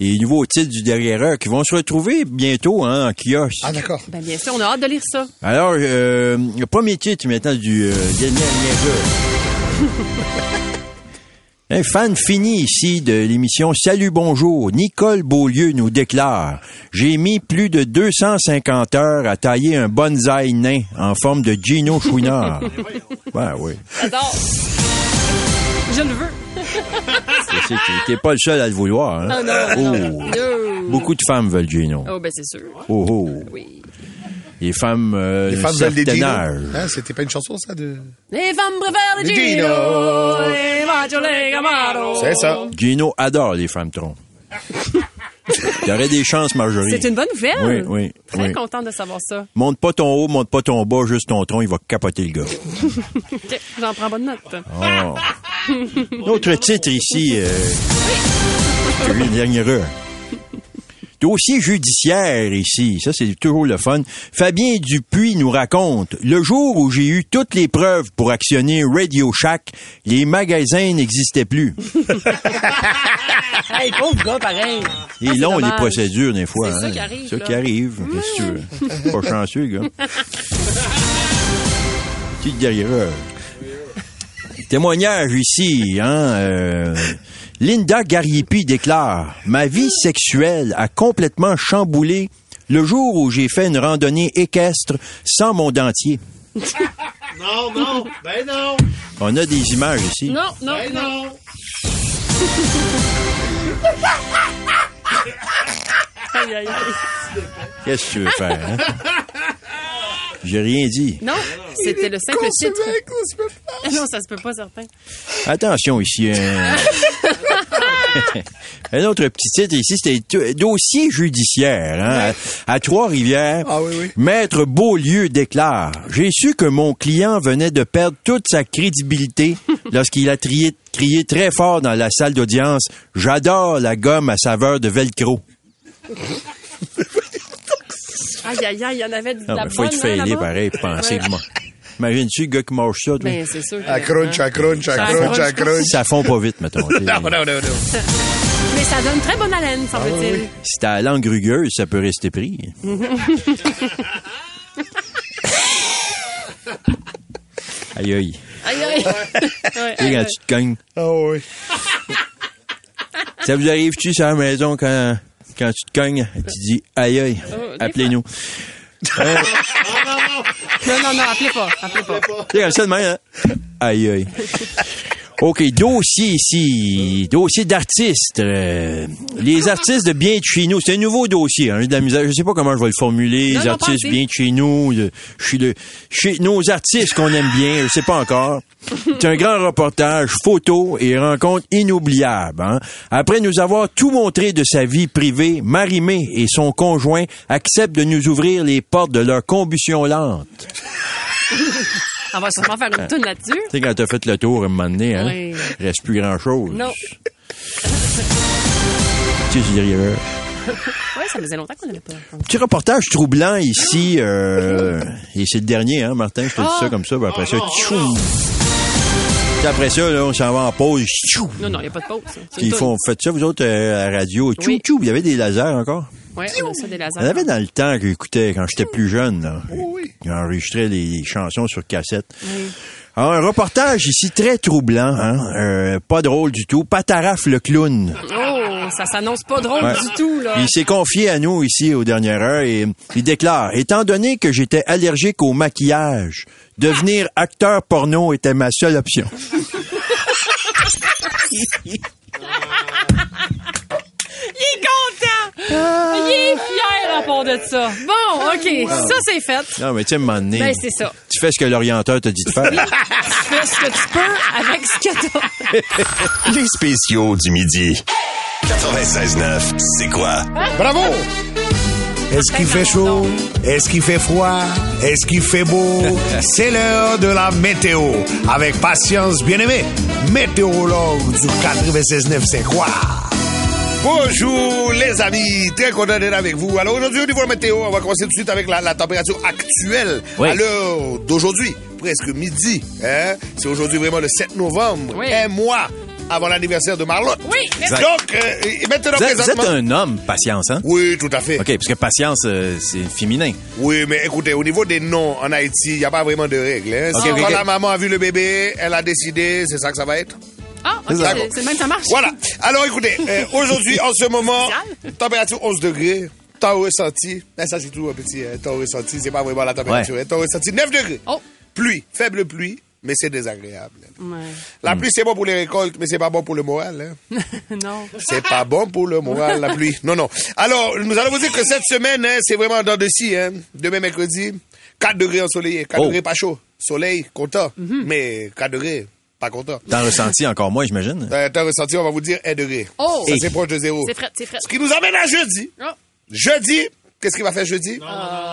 Speaker 12: les nouveaux titres du derrière heure qui vont se retrouver bientôt hein, en kiosque.
Speaker 6: Ah, d'accord.
Speaker 14: Ben, bien sûr, on a hâte de lire ça.
Speaker 12: Alors, euh, le premier titre maintenant du euh, dernier dernière heure. Un fan fini ici de l'émission Salut Bonjour, Nicole Beaulieu nous déclare J'ai mis plus de 250 heures à tailler un bonsaï nain en forme de Gino Chouinard. ouais,
Speaker 5: Ben
Speaker 12: oui.
Speaker 5: J'adore. Je le veux.
Speaker 12: Tu n'es pas le seul à le vouloir. hein.
Speaker 5: Ah non,
Speaker 12: Oh.
Speaker 5: non. No.
Speaker 12: Beaucoup de femmes veulent Gino.
Speaker 5: Oh, ben c'est sûr.
Speaker 12: Oh, oh. Les femmes euh,
Speaker 6: Les
Speaker 12: d'un
Speaker 6: femmes veulent des
Speaker 12: certain
Speaker 6: dinos.
Speaker 12: âge.
Speaker 6: Hein, c'était pas une chanson, ça, de...
Speaker 5: Les femmes préfèrent les
Speaker 6: Les
Speaker 5: Gino.
Speaker 6: Gino.
Speaker 5: Les machos, les Camaro.
Speaker 12: Gino adore les femmes troncs. Il y aurait des chances, Marjorie.
Speaker 5: C'est une bonne
Speaker 12: Oui,
Speaker 5: nouvelle.
Speaker 12: oui.
Speaker 5: Très
Speaker 12: oui.
Speaker 5: contente de savoir ça.
Speaker 12: Monte pas ton haut, monte pas ton bas, juste ton tronc, il va capoter le gars.
Speaker 5: Ok, J'en prends bonne note.
Speaker 12: Oh.
Speaker 5: Oh.
Speaker 12: Notre titre ici, euh, j'ai eu une dernière heure. Dossier E. judiciaire ici, ça c'est toujours le fun. Fabien Dupuis nous raconte le jour où j'ai eu toutes les preuves pour actionner Radio Shack, les magasins n'existaient plus.
Speaker 14: hey, pauvre gars, pareil.
Speaker 12: Ils l'ont les
Speaker 14: Ah, dommage.
Speaker 12: procédures des fois.
Speaker 14: C'est ça
Speaker 12: hein.
Speaker 14: qui arrive,
Speaker 12: Ça
Speaker 14: là. Mm.
Speaker 12: qui arrive. Qu'est-ce que tu veux? Pas chanceux, le gars. Petite derrière eux. Témoignage ici, hein. euh, Linda Gariepi déclare Ma vie sexuelle a complètement chamboulé le jour où j'ai fait une randonnée équestre sans mon dentier.
Speaker 14: non, non, ben non.
Speaker 12: On a des images ici.
Speaker 14: Non, non,
Speaker 5: Ben
Speaker 14: non.
Speaker 5: Aïe, aïe, aïe.
Speaker 12: Qu'est-ce que tu veux faire, hein? J'ai rien dit.
Speaker 5: Non, c'était le simple titre. Non, ça se peut pas, certain.
Speaker 12: Attention ici. hein. Un autre petit titre ici, c'était t- dossier judiciaire hein, à, à Trois-Rivières.
Speaker 5: Ah
Speaker 12: Maître Beaulieu déclare J'ai su que mon client venait de perdre toute sa crédibilité lorsqu'il a trié- crié très fort dans la salle d'audience J'adore la gomme à saveur de velcro.
Speaker 5: Aïe, aïe, aïe, il y en avait de
Speaker 12: Non,
Speaker 5: la
Speaker 12: mais Ah, ben, faut
Speaker 5: bonne.
Speaker 12: être
Speaker 5: hein,
Speaker 12: failé
Speaker 5: là-bas.
Speaker 12: pareil, pour penser
Speaker 5: Ouais.
Speaker 12: que moi. Imagine-tu le gars qui mange ça, toi?
Speaker 5: Ben, c'est sûr. que-
Speaker 6: À crunch, à crunch, à
Speaker 5: Ça
Speaker 6: crunch, à
Speaker 5: accroche.
Speaker 6: crunch.
Speaker 12: Ça fond pas vite, mettons. tu sais.
Speaker 7: Ah,
Speaker 6: Non, non, non, non.
Speaker 5: Mais ça donne très bonne haleine,
Speaker 6: Ah
Speaker 5: semble-t-il.
Speaker 12: Si t'as la langue rugueuse, ça peut rester pris. Aïe aïe.
Speaker 5: aïe, aïe. Ouais,
Speaker 12: Tu sais,
Speaker 5: aïe,
Speaker 12: quand
Speaker 5: aïe.
Speaker 12: tu te cognes.
Speaker 6: Ah oui.
Speaker 12: Ça vous arrive-tu sur la maison quand, quand tu te cognes, tu dis aïe aïe, appelez-nous. Euh,
Speaker 5: Non, non, non, appelez pas. Appelez pas.
Speaker 12: tu sais, comme ça de même, hein? Aïe aïe. OK, dossier ici. Dossier d'artistes. Euh, les artistes de bien de chez nous. C'est un nouveau dossier. Hein, j'ai de la misère. Je sais pas comment je vais le formuler.
Speaker 5: Non,
Speaker 12: les
Speaker 5: non,
Speaker 12: artistes
Speaker 5: pensez.
Speaker 12: bien de chez nous. le- chez le, chez nos artistes qu'on aime bien. Je sais pas encore. C'est un grand reportage, photo et rencontre inoubliable. hein. Après nous avoir tout montré de sa vie privée, Marie-Mé et son conjoint acceptent de nous ouvrir les portes de leur combustion lente.
Speaker 5: On va sûrement faire une toune là-dessus.
Speaker 12: Tu sais, quand t'as fait le tour à un moment donné, hein,
Speaker 5: Oui.
Speaker 12: il reste plus grand-chose.
Speaker 5: Non.
Speaker 12: Tu sais, je dirais, euh,
Speaker 5: Ouais, ça faisait longtemps qu'on n'avait pas.
Speaker 12: Petit reportage troublant ici, euh, et c'est le dernier, hein, Martin, je te
Speaker 5: Ah.
Speaker 12: dis ça comme ça, puis après ça,
Speaker 5: Oh,
Speaker 12: tchou! Puis Après ça, là, on s'en va en pause, tchou!
Speaker 5: Non, non, il n'y a pas de pause. ça. C'est
Speaker 12: Puis
Speaker 5: une
Speaker 12: ils
Speaker 5: toune.
Speaker 12: font, faites ça, vous autres, euh, à la radio, tchou, tchou! Il y avait des lasers encore.
Speaker 5: Ouais, on a ça des lasers.
Speaker 12: Il y en avait dans le temps que j'écoutais quand j'étais plus jeune, là. J'enregistrais les, les chansons sur cassette. Alors, un reportage ici très troublant, hein, euh, pas drôle du tout. Pataraf le clown.
Speaker 5: Oh, ça s'annonce pas drôle
Speaker 12: Ouais.
Speaker 5: du tout, là.
Speaker 12: Il s'est confié à nous ici aux dernières heures et il déclare Étant donné que j'étais allergique au maquillage, devenir acteur porno était ma seule option.
Speaker 14: il est content.
Speaker 5: Il est fier à part de ça. Bon, OK,
Speaker 12: Ah.
Speaker 5: ça c'est fait.
Speaker 12: Non, mais tu sais, à un moment donné,
Speaker 5: Ben, c'est ça.
Speaker 12: tu fais ce que l'orienteur te dit de faire.
Speaker 5: Tu fais ce que tu peux avec ce que t'as.
Speaker 2: Les spéciaux du midi. 96.9, c'est quoi?
Speaker 6: Bravo!
Speaker 3: Est-ce qu'il fait chaud? Est-ce qu'il fait froid? Est-ce qu'il fait beau? C'est l'heure de la météo. Avec patience bien-aimée, météorologue du 96.9, c'est quoi?
Speaker 6: Bonjour les amis, très content d'être avec vous. Alors aujourd'hui au niveau météo, on va commencer tout de suite avec la, la température actuelle.
Speaker 12: Oui.
Speaker 6: À l'heure d'aujourd'hui, presque midi. Hein? C'est aujourd'hui vraiment le 7 novembre, un mois avant l'anniversaire de Marlotte.
Speaker 5: Oui,
Speaker 12: merci.
Speaker 6: Donc, euh, et maintenant
Speaker 12: Vous êtes, vous êtes
Speaker 6: présentement...
Speaker 12: un homme, patience, hein?
Speaker 6: Oui, tout à fait.
Speaker 12: OK, parce que patience, euh, c'est féminin.
Speaker 6: Oui, mais écoutez, au niveau des noms en Haïti, il n'y a pas vraiment de règles. hein.
Speaker 12: Ok,
Speaker 6: C'est
Speaker 12: ok,
Speaker 6: quand
Speaker 12: ok.
Speaker 6: la maman a vu le bébé, elle a décidé, c'est ça que ça va être?
Speaker 14: Ah, ok,
Speaker 6: D'accord.
Speaker 14: c'est c'est le même, ça marche.
Speaker 6: Voilà. Alors, écoutez, euh, aujourd'hui, en ce moment, température 11 degrés, temps ressenti. Ben, ça, c'est tout un petit euh, temps ressenti. C'est pas vraiment la température.
Speaker 7: Ouais.
Speaker 6: hein. temps ressenti, 9 degrés.
Speaker 14: Oh.
Speaker 6: Pluie, faible pluie, mais c'est désagréable.
Speaker 14: Mm. Ouais.
Speaker 6: La pluie, c'est bon pour les récoltes, mais c'est pas bon pour le moral. hein.
Speaker 14: non.
Speaker 6: C'est pas bon pour le moral, la pluie. Non, non. Alors, nous allons vous dire que cette semaine, hein, c'est vraiment dans de scie. Hein. Demain, mercredi, 4 degrés ensoleillés. 4
Speaker 7: Oh. Mhm.
Speaker 6: degrés pas chaud. Soleil, content. Mais 4 degrés, pas content.
Speaker 7: T'en ressenti encore moins, j'imagine.
Speaker 6: Euh, temps ressenti, on va vous dire 1 degré.
Speaker 14: Oh!
Speaker 7: Eh.
Speaker 6: Ça, c'est proche de zéro.
Speaker 14: C'est Oh. frais, c'est frais.
Speaker 6: Ce qui nous amène à jeudi. Jeudi, qu'est-ce qu'il va faire jeudi?
Speaker 5: Ah,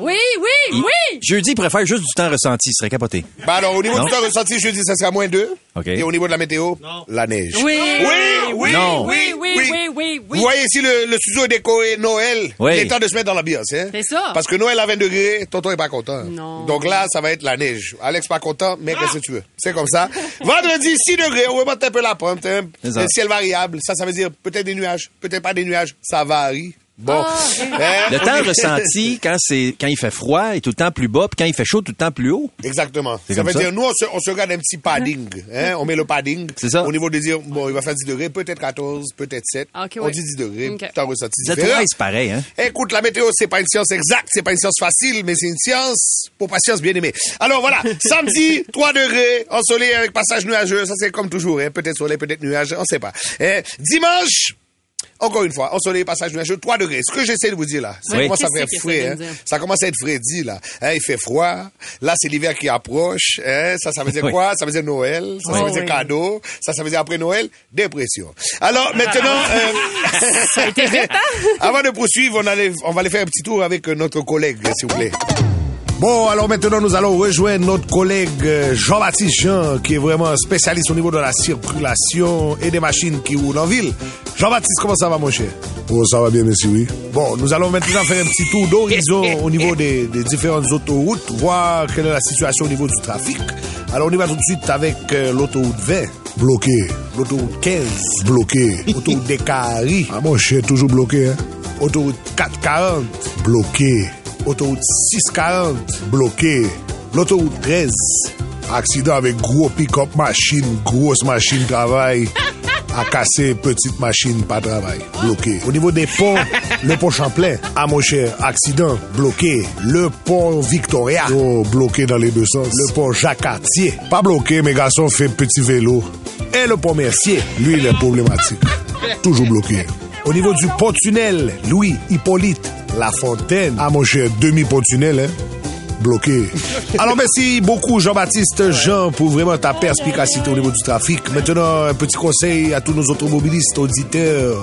Speaker 14: Oui, oui,
Speaker 7: Il-
Speaker 14: oui!
Speaker 7: Jeudi, il pourrait faire juste du temps ressenti, il serait capoté.
Speaker 6: Ben alors, au niveau
Speaker 7: Non.
Speaker 6: du temps ressenti, jeudi, ça sera moins 2.
Speaker 7: OK.
Speaker 6: Et au niveau de la météo, la neige.
Speaker 5: Oui,
Speaker 6: Oui, oui,
Speaker 7: Non.
Speaker 5: oui, oui, oui, oui, oui,
Speaker 6: Vous voyez ici, le, le studio est décoré Noël.
Speaker 7: Oui.
Speaker 6: Il est temps de se mettre dans l'ambiance. Hein?
Speaker 14: C'est ça.
Speaker 6: Parce que Noël à 20 degrés, Tonton est pas content. Donc là, ça va être la neige. Alex pas content,
Speaker 14: Ah.
Speaker 6: mais qu'est-ce que tu veux? C'est comme ça. Vendredi, 6 degrés, on remonte un peu la pente. Hein?
Speaker 7: C'est ça.
Speaker 6: Le ciel variable. Ça, ça veut dire peut-être des nuages, peut-être pas des nuages. Ça varie. Bon.
Speaker 14: Ah,
Speaker 6: Hein?
Speaker 7: Le
Speaker 6: On
Speaker 7: temps
Speaker 6: est-
Speaker 7: ressenti, quand c'est quand il fait froid, est tout le temps plus bas, puis quand il fait chaud, tout le temps plus haut.
Speaker 6: Exactement.
Speaker 7: C'est
Speaker 6: Ça
Speaker 7: comme
Speaker 6: veut
Speaker 7: ça?
Speaker 6: dire, nous, on se, on se regarde un petit padding.
Speaker 14: Ah.
Speaker 6: Hein? On met le padding.
Speaker 7: C'est ça.
Speaker 6: Au niveau de dire, bon, il va faire 10 degrés, peut-être 14, peut-être 7.
Speaker 14: Ah, ok,
Speaker 6: on
Speaker 14: ouais.
Speaker 6: dit 10 degrés,
Speaker 14: Ok.
Speaker 6: t'as ressenti
Speaker 7: Vous êtes
Speaker 6: différent.
Speaker 7: ouais, c'est pareil, hein?
Speaker 6: Écoute, la météo, c'est pas une science exacte, c'est pas une science facile, mais c'est une science pour patience bien aimée. Alors voilà, samedi, 3 degrés, ensoleillé avec passage nuageux, ça c'est comme toujours, hein, peut-être soleil, peut-être nuage, on sait pas. Eh, dimanche, encore une fois, ensoleillé, passage nuageux, 3 degrés. Ce que j'essaie de vous dire là, ça
Speaker 15: Oui.
Speaker 6: commence à
Speaker 15: Qu'est-ce
Speaker 6: faire
Speaker 15: que ça
Speaker 6: frais,
Speaker 15: vient
Speaker 6: hein.
Speaker 15: de dire?
Speaker 6: ça commence à être frais dit là. Hein, il fait froid, là c'est l'hiver qui approche, hein, ça ça veut dire
Speaker 15: Oui.
Speaker 6: quoi? Ça veut dire Noël, ça, ça
Speaker 15: Oui.
Speaker 6: veut dire
Speaker 15: Oui.
Speaker 6: cadeau, ça ça veut dire après Noël, dépression. Alors maintenant... euh,
Speaker 14: Ah. Ça a été vite, hein?
Speaker 6: avant de poursuivre, on, allait- on va aller faire un petit tour avec euh, notre collègue, s'il vous plaît. Bon, alors maintenant, nous allons rejoindre notre collègue euh, Jean-Baptiste Jean, qui est vraiment un spécialiste au niveau de la circulation et des machines qui roulent en ville. Jean-Baptiste, comment ça va, mon cher?
Speaker 3: Oh, ça va bien, merci, oui.
Speaker 6: Bon, nous allons maintenant faire un petit tour d'horizon au niveau des, des différentes autoroutes, voir quelle est la situation au niveau du trafic. Alors, on y va tout de suite avec euh, l'autoroute 20,
Speaker 3: Bloqué.
Speaker 6: l'autoroute 15,
Speaker 3: Bloqué.
Speaker 6: l'autoroute des Caries,
Speaker 3: Ah, mon chien, toujours bloqué, hein?
Speaker 6: autoroute 440,
Speaker 3: Bloqué.
Speaker 6: autoroute 640,
Speaker 3: Bloqué.
Speaker 6: L'autoroute 13.
Speaker 3: Accident avec gros pick-up machine, grosse machine travail. A cassé petite machine, pas travail. Bloqué.
Speaker 6: Au niveau des ponts,
Speaker 3: le pont Champlain. Ah, mon cher, accident. Bloqué. Le pont Victoria. Oh, bloqué dans les deux sens. Le pont Jacques-Cartier. Pas bloqué, mes garçons fait petit vélo. Et le pont Mercier. Lui, il est problématique. Toujours bloqué.
Speaker 6: Au niveau du pont-tunnel, Louis Hippolyte La Fontaine.
Speaker 3: Ah, mon cher, demi-pont-tunnel, hein? Bloqué.
Speaker 6: Alors, merci beaucoup, Jean-Baptiste Jean, pour vraiment ta perspicacité au niveau du trafic. Maintenant, un petit conseil à tous nos automobilistes, auditeurs.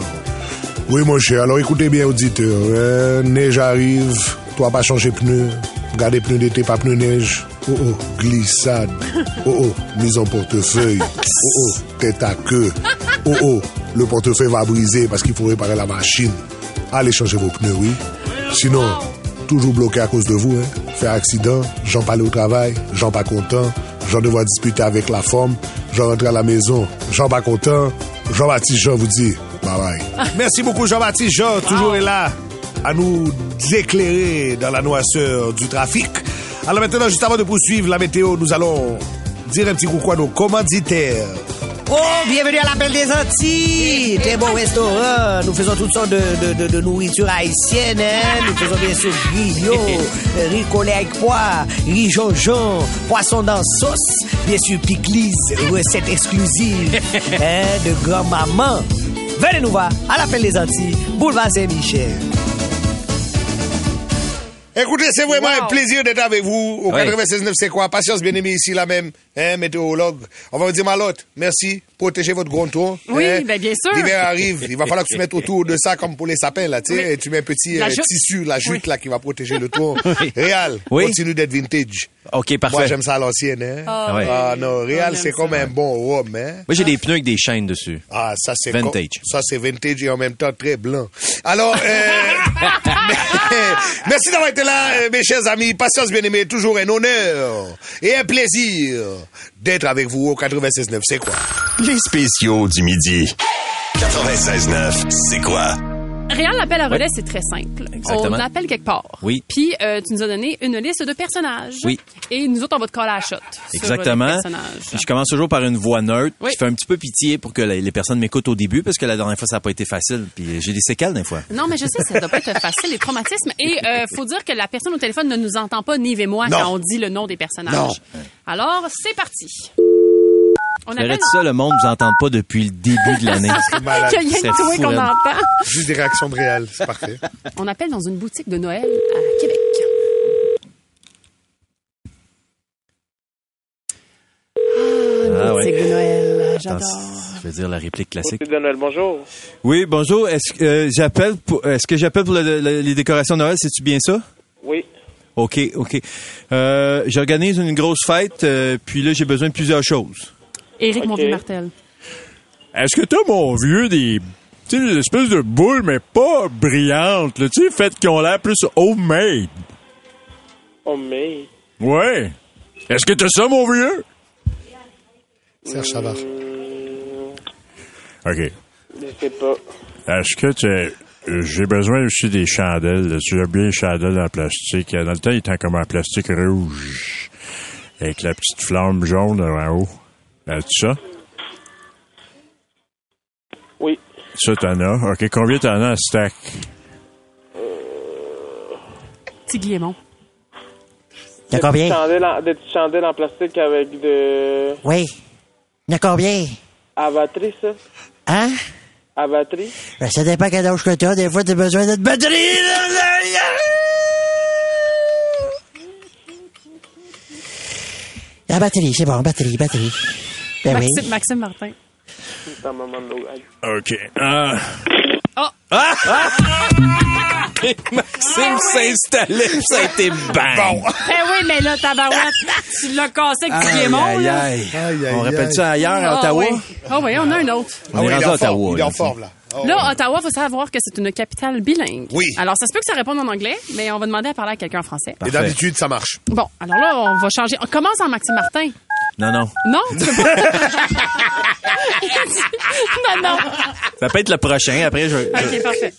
Speaker 3: Oui, mon cher. Alors, écoutez bien, auditeur. hein, neige arrive. Toi, pas changer pneu. Gardez pneu d'été, pas pneu neige. Oh, oh, glissade. Oh, oh, mise en portefeuille. Oh, oh, tête à queue. Oh, oh, le portefeuille va briser parce qu'il faut réparer la machine. Allez changer vos pneus, oui. Sinon, toujours bloqué à cause de vous, hein. Fait accident, j'en parlais au travail, j'en pas content, j'en devoir disputer avec la forme, j'en rentre à la maison, j'en pas content, Jean-Baptiste Jean vous dit bye bye.
Speaker 6: Ah. Merci beaucoup, Jean-Baptiste Jean, toujours est là à nous éclairer dans la noirceur du trafic. Alors maintenant, juste avant de poursuivre la météo, nous allons dire un petit coucou à nos commanditaires.
Speaker 16: Oh, bienvenue à l'appel des Antilles! Très bon restaurant. Nous faisons toutes sortes de, de, de, de nourriture haïtienne. hein. Nous faisons bien sûr griot, euh, riz collé avec pois, riz jonjon, poisson dans sauce, bien sûr piclis, recette exclusive hein, de grand-maman. Venez nous voir à l'appel des Antilles, boulevard Saint-Michel.
Speaker 6: Écoutez, c'est vraiment un plaisir d'être avec vous au
Speaker 16: Oui.
Speaker 6: 96.9, c'est quoi? Patience bien-aimée ici, là même, hein, météorologue. On va vous dire, Malotte, merci, protégez votre gondon.
Speaker 5: Oui, ben, bien sûr.
Speaker 6: L'hiver arrive, il va falloir que tu mettes autour de ça comme pour les sapins, là, tu sais, et tu mets un petit
Speaker 5: La
Speaker 6: euh,
Speaker 5: jute.
Speaker 6: tissu, la jute, là, qui va protéger le toit. Réal,
Speaker 7: Oui.
Speaker 6: continue d'être vintage.
Speaker 7: OK, parfait.
Speaker 6: Moi, j'aime ça à l'ancienne, hein.
Speaker 7: Ah ouais.
Speaker 6: Ah non, Réal,
Speaker 7: On
Speaker 6: c'est
Speaker 7: aime
Speaker 6: comme un bon rhum, hein.
Speaker 7: Moi, j'ai des pneus avec des chaînes dessus.
Speaker 6: Ah, ça c'est
Speaker 7: Vintage.
Speaker 6: co- Ça c'est vintage et en même temps très blanc. Alors, euh, merci d'avoir été là, euh, mes chers amis. Patience bien-aimée, toujours un honneur et un plaisir d'être avec vous au 96.9. C'est quoi?
Speaker 2: Les spéciaux du midi. 96.9, c'est quoi?
Speaker 5: Réal, l'appel à relais,
Speaker 7: Ouais.
Speaker 5: c'est très simple.
Speaker 7: Exactement.
Speaker 5: On appelle quelque part.
Speaker 7: Oui.
Speaker 5: Puis, euh, tu nous as donné une liste de personnages.
Speaker 7: Oui.
Speaker 5: Et nous autres, on va te coller à la shot. sur euh, les
Speaker 7: Exactement.
Speaker 5: personnages.
Speaker 7: Puis je commence toujours par une voix neutre.
Speaker 5: Oui.
Speaker 7: Je fais un petit peu pitié pour que les les personnes m'écoutent au début parce que la dernière fois, ça n'a pas été facile. Puis j'ai des séquelles des fois.
Speaker 5: Non, mais je sais, ça doit pas être facile, les traumatismes. Et euh, faut dire que la personne au téléphone ne nous entend pas, Nive et moi,
Speaker 7: Non.
Speaker 5: quand on dit le nom des personnages.
Speaker 7: Non.
Speaker 5: Alors, c'est parti. On
Speaker 7: J'aurais dit ça, le monde ne vous entend pas depuis le début de l'année.
Speaker 5: Qu'il y a
Speaker 7: C'est
Speaker 5: une
Speaker 7: fou,
Speaker 5: touée qu'on
Speaker 7: raide.
Speaker 5: entend.
Speaker 6: Juste des réactions de réel, c'est parfait.
Speaker 5: On appelle dans une boutique de Noël à Québec.
Speaker 7: Ah, ouais.
Speaker 5: de Noël,
Speaker 7: Attends, Je vais dire la réplique classique.
Speaker 14: Boutique de Noël, bonjour.
Speaker 7: Oui, bonjour. Est-ce que euh, j'appelle pour est-ce que j'appelle pour le- le- les décorations de Noël, c'est-tu bien ça?
Speaker 14: Oui.
Speaker 7: OK, OK. Euh, j'organise une grosse fête, euh, puis là j'ai besoin de plusieurs choses.
Speaker 5: Éric, mon vieux Martel.
Speaker 13: Est-ce que t'as mon vieux des. Tu sais, des espèces de boules, mais pas brillantes, là. Tu sais, faites qui ont l'air plus homemade.
Speaker 14: Oh, mais.
Speaker 13: Ouais. Est-ce que t'as ça, mon vieux?
Speaker 6: Serge Savard.
Speaker 13: OK.
Speaker 14: Je sais pas.
Speaker 13: Est-ce que tu euh, J'ai besoin aussi des chandelles. là. Tu as bien les chandelles en plastique. Dans le temps, il était comme en plastique rouge. Avec la petite flamme jaune en haut. As-tu ça?
Speaker 14: Oui.
Speaker 13: Ça, t'en as. OK, combien t'en as en stack?
Speaker 5: Petit Guillemot.
Speaker 14: Des
Speaker 9: T'as combien?
Speaker 14: petites chandelles en- Des petites chandelles en plastique avec de.
Speaker 9: Oui. Il y en a combien?
Speaker 14: À batterie, ça?
Speaker 9: Hein?
Speaker 14: À batterie?
Speaker 9: Ben, ça dépend quel âge que t'as. Des fois, t'as besoin d'être batterie. là, là, là. La batterie, c'est bon, batterie, batterie.
Speaker 7: Eh
Speaker 9: Ben oui.
Speaker 5: Maxime, Maxime Martin.
Speaker 14: Ta maman de l'eau. Aïe.
Speaker 13: OK. Ah!
Speaker 5: Oh!
Speaker 13: Ah!
Speaker 7: Maxime s'installait, puis ça a été bang!
Speaker 5: Eh oui, mais là, tabarouette, tu l'as cassé avec petit Guillemot,
Speaker 7: Aïe,
Speaker 5: là.
Speaker 7: aïe, aïe. On répète ça ailleurs à
Speaker 5: Ah,
Speaker 7: Ottawa?
Speaker 5: oui. Ah oui, on a un autre.
Speaker 7: On est rendu à Ottawa. là.
Speaker 6: Oh.
Speaker 5: Là, Ottawa, faut savoir que c'est une capitale bilingue.
Speaker 6: Oui.
Speaker 5: Alors, ça se peut que ça réponde en anglais, mais on va demander à parler à quelqu'un en français.
Speaker 6: Et d'habitude, ça marche.
Speaker 5: Bon, alors là, on va changer. On commence en Maxime Martin.
Speaker 7: Non, non.
Speaker 5: Non? Tu peux pas. non, non.
Speaker 7: Ça peut être le prochain, après je.
Speaker 5: OK, parfait.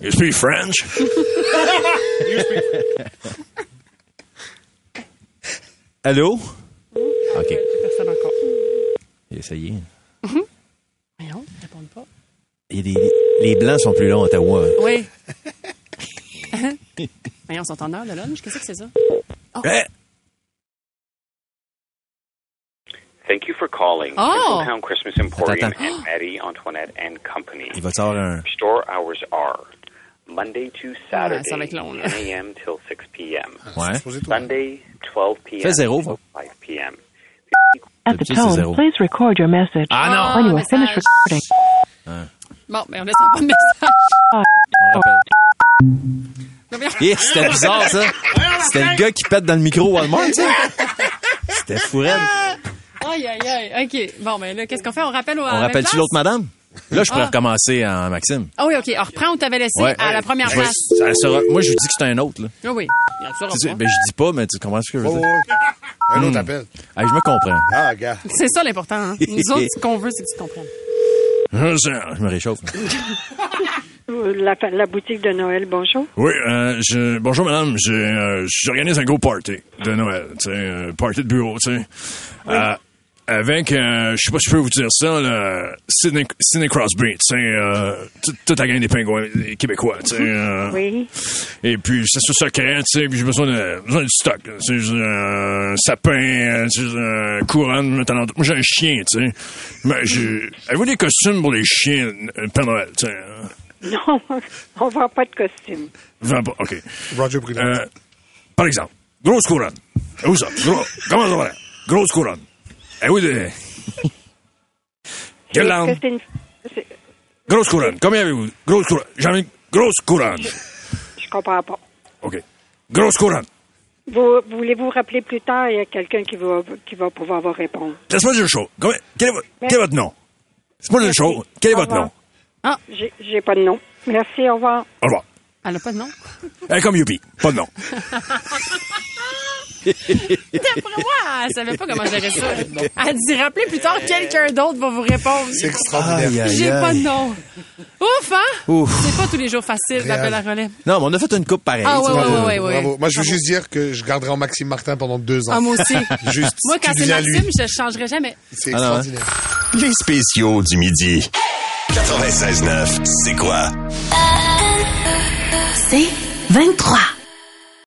Speaker 13: You speak French?
Speaker 7: Allô? OK.
Speaker 5: Personne encore.
Speaker 7: Essayez.
Speaker 5: Mhm. Voyons, ils répondent pas.
Speaker 7: Et les, les blancs sont plus longs à Ottawa.
Speaker 5: Oui. Voyons, ils sont en heure de lunch. Qu'est-ce que c'est ça? Oh!
Speaker 7: Eh,
Speaker 17: Thank you for calling
Speaker 5: Oh.
Speaker 17: Town Christmas Emporium
Speaker 7: Attends,
Speaker 17: and Maddie Antoinette and Company.
Speaker 7: Il va te avoir un.
Speaker 17: Store hours are Monday to
Speaker 5: Ah,
Speaker 17: Saturday,
Speaker 5: ça va être long, là.
Speaker 17: 10 a.m. till 6 p.m.
Speaker 7: Ouais.
Speaker 17: Sunday, 12 p.m.
Speaker 7: Fais zéro, va.
Speaker 17: till 5 p.m.
Speaker 18: At the
Speaker 7: D'habitude, c'est
Speaker 18: tone,
Speaker 7: zéro.
Speaker 18: please record your message.
Speaker 7: Ah, non.
Speaker 18: When you
Speaker 5: Ah,
Speaker 18: are finished
Speaker 5: message. Hein.
Speaker 18: recording.
Speaker 5: Bon, mais on laisse pas de message.
Speaker 7: On rappelle.
Speaker 5: Non, mais-
Speaker 7: Hé, c'était bizarre, ça. C'était le gars qui pète dans le micro au Walmart, tu sais. C'était fourraine.
Speaker 5: Aïe, aïe, aïe. OK. Bon, ben là, qu'est-ce qu'on fait? On rappelle au.
Speaker 7: On rappelle-tu l'autre madame? Là, je pourrais
Speaker 5: Ah.
Speaker 7: recommencer en Maxime.
Speaker 5: Ah oui, OK. On reprend où t'avais laissé à la première
Speaker 7: Je vais-
Speaker 5: place.
Speaker 7: ça sera- Moi, je vous dis que c'est un autre, là.
Speaker 5: Ah oui. Il y en a toujours
Speaker 7: Tu sais,
Speaker 5: pas.
Speaker 7: ben, je dis pas, mais tu comprends ce que je veux
Speaker 6: Ouais,
Speaker 7: dire?
Speaker 6: ouais, ouais. Oh, Un
Speaker 7: Hmm.
Speaker 6: autre appel.
Speaker 7: Ah, je me comprends.
Speaker 6: Ah, gars.
Speaker 5: C'est ça l'important. Hein? Nous autres, ce qu'on veut, c'est que tu comprennes.
Speaker 13: Je me réchauffe.
Speaker 19: La, la boutique de Noël, bonjour.
Speaker 13: Oui, euh, je, bonjour madame, Je, euh, j'organise un gros party de Noël, tu sais, euh, party de bureau, tu sais. Euh, avec, euh, je sais pas si je peux vous dire ça, là, Sidney, Sidney Crosby, tu sais, euh, tout- toute la gang des pingouins des québécois, tu sais. euh,
Speaker 19: Oui.
Speaker 13: Et puis, c'est sur secret, tu sais, puis j'ai besoin, de, besoin du stock, là, tu sais, euh, sapin, euh, tu sais, euh, couronne, mettons, moi j'ai un chien, tu sais. Mais j'ai, avez-vous des costumes pour les chiens, euh, Père Noël, tu sais? euh?
Speaker 19: Non, on vend pas de costume.
Speaker 13: Vends pas, OK. Euh, par exemple, grosse couronne. Où ça? Gros, comment ça va? là? Grosse couronne. Eh oui, de...
Speaker 19: Est-ce
Speaker 13: Guirlande.
Speaker 19: que c'est une- c'est-
Speaker 13: Grosse couronne. Combien avez-vous? Grosse couronne. J'en ai une grosse couronne.
Speaker 19: Je comprends pas.
Speaker 13: OK. Grosse couronne.
Speaker 19: Vous, vous voulez vous rappeler plus tard, il y a quelqu'un qui va, qui va pouvoir vous répondre.
Speaker 13: Laisse-moi dire chaud. Combien... Quel, est... vo- quel est votre nom? Laisse-moi dire chaud. Quel est
Speaker 19: Au
Speaker 13: votre
Speaker 19: revoir.
Speaker 13: nom?
Speaker 5: Ah.
Speaker 19: J'ai j'ai pas de nom. Merci, au revoir.
Speaker 13: Au revoir.
Speaker 5: Elle n'a pas de nom.
Speaker 13: Eh, comme Youpi. Pas de nom.
Speaker 5: D'après moi, elle savait pas comment gérer ça. Elle dit, rappelez plus tard, quelqu'un d'autre va vous répondre.
Speaker 6: C'est extraordinaire. Aïe, aïe,
Speaker 5: J'ai
Speaker 7: aïe.
Speaker 5: pas de nom. Ouf, hein?
Speaker 7: Ouf.
Speaker 5: C'est pas tous les jours facile
Speaker 6: Réal.
Speaker 5: d'appel à relais.
Speaker 7: Non, mais on a fait une coupe pareille.
Speaker 5: Ah,
Speaker 7: tu
Speaker 5: ouais,
Speaker 7: vois. euh,
Speaker 5: ouais, ouais, ouais, ouais.
Speaker 6: Bravo. Moi, je veux juste dire que je garderai en Maxime Martin pendant deux ans.
Speaker 5: Ah, moi aussi.
Speaker 6: juste,
Speaker 5: Moi, quand
Speaker 6: tu
Speaker 5: c'est
Speaker 6: deviens lui.
Speaker 5: Maxime, je changerai jamais.
Speaker 6: C'est
Speaker 7: Ah, hein.
Speaker 6: extraordinaire.
Speaker 2: Les spéciaux du midi. 96.9, c'est quoi?
Speaker 4: C'est 23.